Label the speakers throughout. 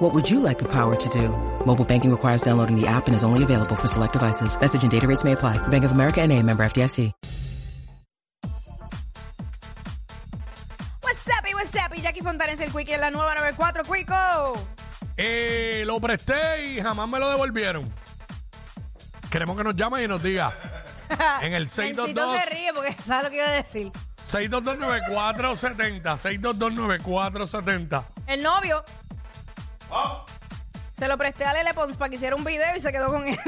Speaker 1: What would you like the power to do? Mobile banking requires downloading the app and is only available for select devices. Message and data rates may apply. Bank of America and a member FDIC.
Speaker 2: What's up, y what's up, y Jackie Fontanes, el Quickie en la nueva 94, Quico.
Speaker 3: Eh, lo presté y jamás me lo devolvieron. Queremos que nos llame y nos diga. En el
Speaker 2: Necesito
Speaker 3: 622
Speaker 2: se ríe porque sabe lo que iba a decir.
Speaker 3: 6229470, 6229470.
Speaker 2: El novio. Oh. Se lo presté a Lele Pons para que hiciera un video y se quedó con él.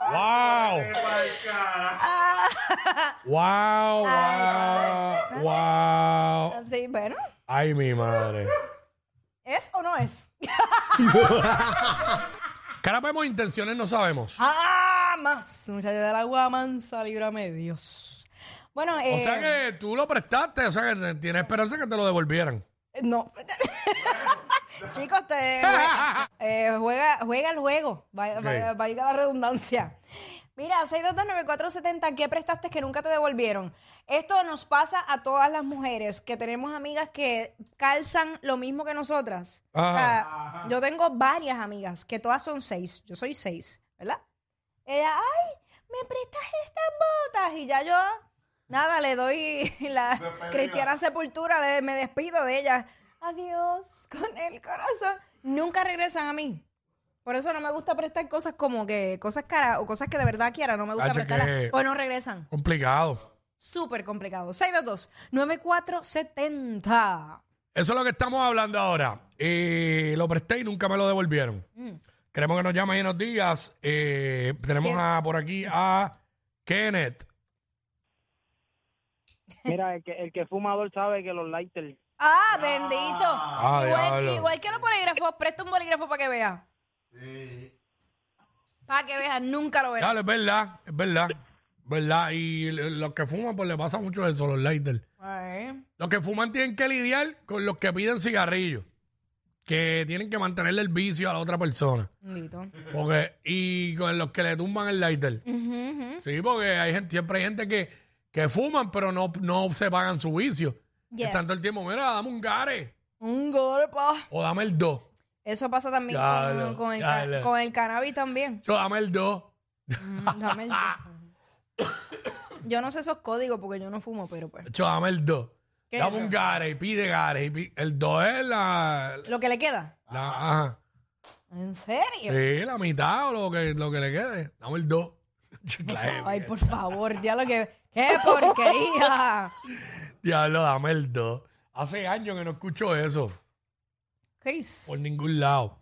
Speaker 3: Wow. wow, wow, wow.
Speaker 2: Sí, bueno,
Speaker 3: Ay, mi madre.
Speaker 2: ¿es o no es?
Speaker 3: Carapemos intenciones, no sabemos.
Speaker 2: ¡Ah! Más, muchachos del agua mansa, líbrame Dios. Bueno, eh,
Speaker 3: O sea que tú lo prestaste, o sea que te- tienes esperanza que te lo devolvieran.
Speaker 2: Eh, no. Chicos, te, eh, juega, juega el juego, va- va-
Speaker 3: Ok.
Speaker 2: valga la redundancia. Mira, 6229470, ¿qué prestaste que nunca te devolvieron? Esto nos pasa a todas las mujeres, que tenemos amigas que calzan lo mismo que nosotras. O sea, yo tengo varias amigas, que todas son seis, yo soy seis, ¿verdad? Ella, ay, me prestas estas botas y ya yo, nada, le doy la cristiana sepultura, le- me despido de ella. Adiós, con el corazón. Nunca regresan a mí. Por eso no me gusta prestar cosas como que cosas caras o cosas que de verdad quiera, no me gusta
Speaker 3: Hacho,
Speaker 2: prestarlas.
Speaker 3: que-
Speaker 2: Pues no regresan.
Speaker 3: Complicado.
Speaker 2: Súper complicado. 622-9470.
Speaker 3: Eso es lo que estamos hablando ahora. Eh, lo presté y nunca me lo devolvieron. Queremos que nos llames y nos digas. eh, tenemos
Speaker 2: Sí.
Speaker 3: a, por aquí a Kenneth.
Speaker 4: Mira, el que, el que es fumador sabe que los lighters.
Speaker 2: Ah, bendito.
Speaker 3: Ah,
Speaker 2: igual,
Speaker 3: diablo.
Speaker 2: igual que los bolígrafos, presta un bolígrafo para que vea. Para que veas, nunca lo verás.
Speaker 3: Dale, es verdad, es verdad. ¿Verdad? Y l- los que fuman, pues le pasa mucho eso, los lighters.
Speaker 2: Ay.
Speaker 3: Los que fuman tienen que lidiar con los que piden cigarrillos. Que tienen que mantenerle el vicio a la otra persona.
Speaker 2: Bendito.
Speaker 3: Porque, y con los que le tumban el lighter. Sí, porque hay gente, siempre hay gente que, que fuman, pero no, no se pagan su vicio.
Speaker 2: Yes.
Speaker 3: Están todo el tiempo, mira, dame un gare
Speaker 2: Un golpe.
Speaker 3: o dame el 2.
Speaker 2: Eso pasa también
Speaker 3: Diablo,
Speaker 2: con, con el, ca-
Speaker 3: diablo.
Speaker 2: con el cannabis también.
Speaker 3: Yo dame el 2.
Speaker 2: Mm, dame el yo no sé esos códigos porque yo no fumo, pero pues.
Speaker 3: Yo dame el 2.
Speaker 2: ¿Qué es
Speaker 3: Dame
Speaker 2: eso?
Speaker 3: un gare y pide gare. y pi- el 2 es la,
Speaker 2: ¿Lo que le queda?
Speaker 3: la, ajá.
Speaker 2: ¿En serio?
Speaker 3: Sí, la mitad o lo que, lo que le quede. Dame el 2.
Speaker 2: Ay, por favor, ya lo que. ¡Qué porquería!
Speaker 3: Diablo, dame el 2. Hace años que no escucho eso.
Speaker 2: Chris.
Speaker 3: Por ningún lado.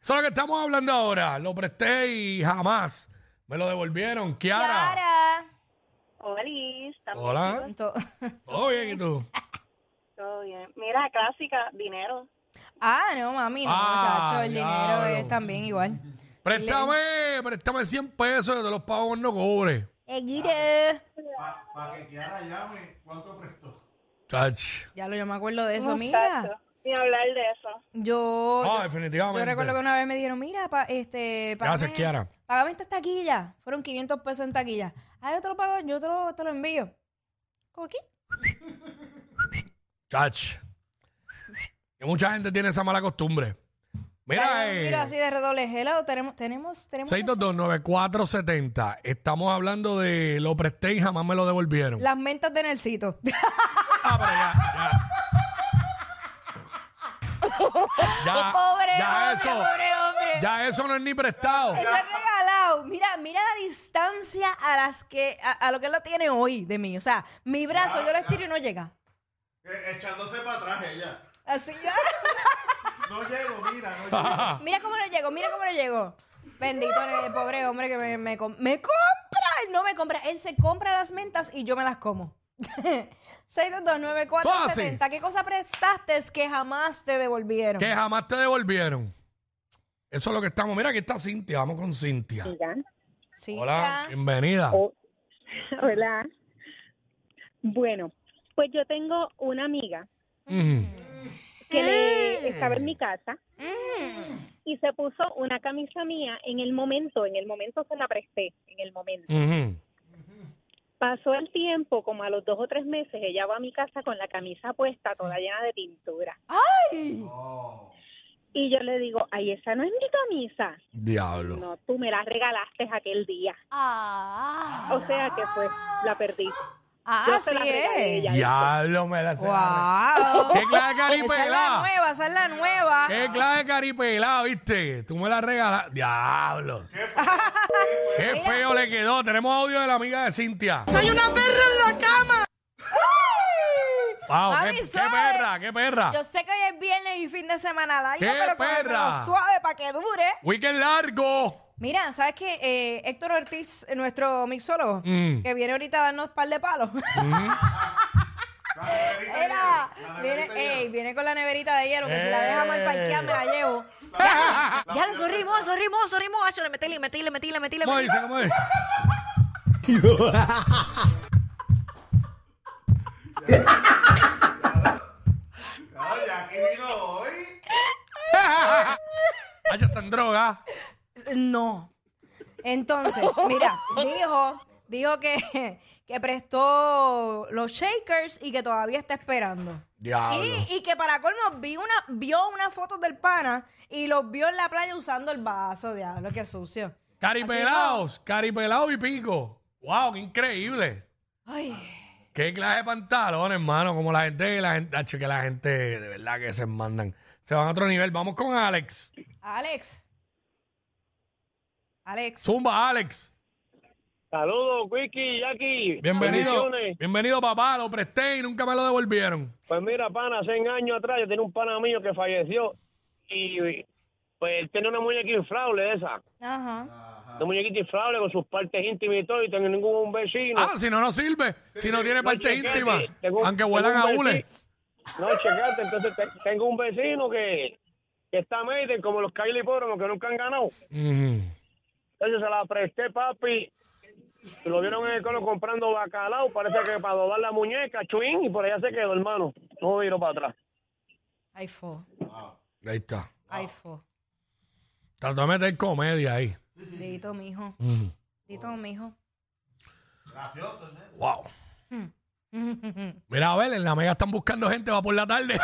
Speaker 3: Eso es lo que estamos hablando ahora. Lo presté y jamás me lo devolvieron. Kiara.
Speaker 2: Clara.
Speaker 5: Olis, también
Speaker 3: Hola.
Speaker 2: Ento-
Speaker 3: ¿Todo bien y tú?
Speaker 5: todo bien. Mira, clásica, dinero.
Speaker 2: Ah, no, mami, no,
Speaker 3: Ah,
Speaker 2: muchacho, el dinero
Speaker 3: diablo.
Speaker 2: es también igual.
Speaker 3: Préstame, préstame 100 pesos, yo te los pago cuando cobre.
Speaker 5: Eh,
Speaker 2: Eguire.
Speaker 6: Para que Kiara llame, ¿cuánto prestó?
Speaker 3: Chach.
Speaker 2: Ya lo yo me acuerdo de eso, mira.
Speaker 5: Exacto. Ni hablar de eso.
Speaker 2: Yo,
Speaker 3: No,
Speaker 2: yo,
Speaker 3: Ah, definitivamente.
Speaker 2: yo recuerdo que una vez me dijeron, mira, pa, este,
Speaker 3: Gracias, Kiara.
Speaker 2: Págame estas taquillas. Fueron 500 pesos en taquilla. Ah, yo te lo pago, yo te lo, te lo envío. ¿Coqui?
Speaker 3: Chach. Que mucha gente tiene esa mala costumbre. Mira, eh,
Speaker 2: Mira, así de redoble. Hello, tenemos, tenemos, tenemos.
Speaker 3: 6229470. Estamos hablando de lo presté y jamás me lo devolvieron.
Speaker 2: Las mentas de Nercito.
Speaker 3: Ah, pero ya, ya. Ya,
Speaker 2: pobre,
Speaker 3: Ah, ya
Speaker 2: hombre,
Speaker 3: eso,
Speaker 2: pobre hombre.
Speaker 3: ya eso no es ni prestado.
Speaker 2: Eso es regalado. Mira, mira la distancia a las que, a, a lo que él lo tiene hoy de mí. O sea, mi brazo, yo lo estiro y no llega.
Speaker 6: E- Echándose para atrás ella.
Speaker 2: Así ya.
Speaker 6: No llego, mira, no llego.
Speaker 2: Mira cómo no llego, mira cómo no llego. Bendito el pobre hombre que me, me, com- me compra. Él no me compra. Él se compra las mentas y yo me las como. 6229470. ¿Qué cosa prestaste que jamás te devolvieron?
Speaker 3: Que jamás te devolvieron. Eso es lo que estamos. Mira, aquí está Cintia. Vamos con Cintia.
Speaker 5: Mira.
Speaker 2: Sí,
Speaker 3: Hola,
Speaker 2: ya.
Speaker 3: bienvenida.
Speaker 5: Oh, Hola. Bueno, pues yo tengo una amiga
Speaker 3: Ujú.
Speaker 5: que le estaba en mi casa y se puso una camisa mía en el momento, en el momento se la presté, en el momento.
Speaker 3: Ujú.
Speaker 5: Pasó el tiempo, como a los dos o tres meses, ella va a mi casa con la camisa puesta, toda llena de pintura. Y yo le digo, ay, esa no es mi camisa.
Speaker 3: Diablo.
Speaker 5: No, tú me la regalaste aquel día.
Speaker 2: Ah,
Speaker 5: O sea que pues la perdí.
Speaker 2: ah,
Speaker 5: Yo se
Speaker 2: así
Speaker 5: la regalé,
Speaker 2: es.
Speaker 5: ya.
Speaker 3: Diablo, me la
Speaker 2: Wow.
Speaker 3: ¡Qué clase
Speaker 2: Esa
Speaker 3: de
Speaker 2: es la
Speaker 3: caripela!
Speaker 2: nueva, esa es la nueva.
Speaker 3: ¡Qué clase de caripela, viste! Tú me la regalas. ¡Diablo!
Speaker 6: Qué feo, qué feo.
Speaker 3: ¡Qué feo le quedó! Tenemos audio de la amiga de Cintia. ¡Soy una perra en la cama! ¡Wow!
Speaker 2: Mami,
Speaker 3: Qué, qué
Speaker 2: suave.
Speaker 3: perra! ¡Qué
Speaker 6: Ah.
Speaker 3: perra!
Speaker 2: Yo sé que hoy es viernes y fin de semana largo,
Speaker 3: ¡Qué
Speaker 2: pero cógelo
Speaker 3: perra!
Speaker 2: suave para que dure.
Speaker 3: ¡Weekend largo!
Speaker 2: Mira, ¿sabes qué? Eh, Héctor Ortiz, eh, nuestro mixólogo,
Speaker 3: Mm.
Speaker 2: que viene ahorita a darnos par de palos.
Speaker 6: La neverita de
Speaker 2: Era,
Speaker 6: hielo, la
Speaker 2: viene,
Speaker 6: neverita de
Speaker 2: ey,
Speaker 6: hielo.
Speaker 2: viene con la neverita de hielo, que si la
Speaker 3: Eh.
Speaker 2: deja mal parqueada me la llevo.
Speaker 6: La- la-
Speaker 2: Ya, lo son rimosos, rimosos, rimosos. Le metí, le metí, le metí, le metí, le
Speaker 3: ¿Cómo
Speaker 2: metí.
Speaker 3: dice? ¿Cómo dice?
Speaker 6: Ay, Jackie vino hoy.
Speaker 3: ¡Ay, está Ah, en droga!
Speaker 2: No. Entonces, mira, dijo, dijo que, que prestó los shakers y que todavía está esperando.
Speaker 3: ¡Diablo!
Speaker 2: Y, y que para colmo vi una, vio una foto del pana y los vio en la playa usando el vaso, diablo, qué sucio.
Speaker 3: Caripelaos, caripelaos y pico. Wow, qué increíble.
Speaker 2: Ay,
Speaker 3: Qué clase de pantalones, hermano. Como la gente, la gente, acho, que la gente de verdad que se mandan. Se van a otro nivel. Vamos con Alex.
Speaker 2: Alex. Alex.
Speaker 3: Zumba, Alex.
Speaker 4: Saludos, Wiki, Jackie.
Speaker 3: Bienvenido.
Speaker 4: Bendiciones.
Speaker 3: Bienvenido, papá. Lo presté y nunca me lo devolvieron.
Speaker 4: Pues mira, pana, hace años atrás yo tenía un pana mío que falleció y pues él tenía una muñeca inflable de esa.
Speaker 2: Ajá.
Speaker 3: Ah.
Speaker 4: Una muñequita inflable con sus partes íntimas y todo y tenía ningún vecino.
Speaker 3: Ah, si no, no sirve. Si no tiene
Speaker 4: No,
Speaker 3: parte
Speaker 4: chequete.
Speaker 3: íntima.
Speaker 4: Tengo-
Speaker 3: Aunque
Speaker 4: tengo
Speaker 3: huelan
Speaker 4: un
Speaker 3: a
Speaker 4: vecino-
Speaker 3: hule.
Speaker 4: No, checate, entonces te- tengo un vecino que, que está medio como los Kylie Pobre, que nunca han ganado.
Speaker 3: Ujú.
Speaker 4: Entonces se la presté, papi. Lo vieron en el colo comprando bacalao, parece que para doblar la muñeca, chuín, y por allá se quedó, hermano. No viro para atrás.
Speaker 2: Ay, fo.
Speaker 3: Ahí está.
Speaker 2: Ay, fo.
Speaker 3: Trató de meter comedia ahí.
Speaker 2: Dito, mijo.
Speaker 3: Ujú.
Speaker 2: Dito, mijo.
Speaker 6: Gracioso, ¿no?
Speaker 3: Wow. Mira, a ver, en la mega están buscando gente, va por la tarde.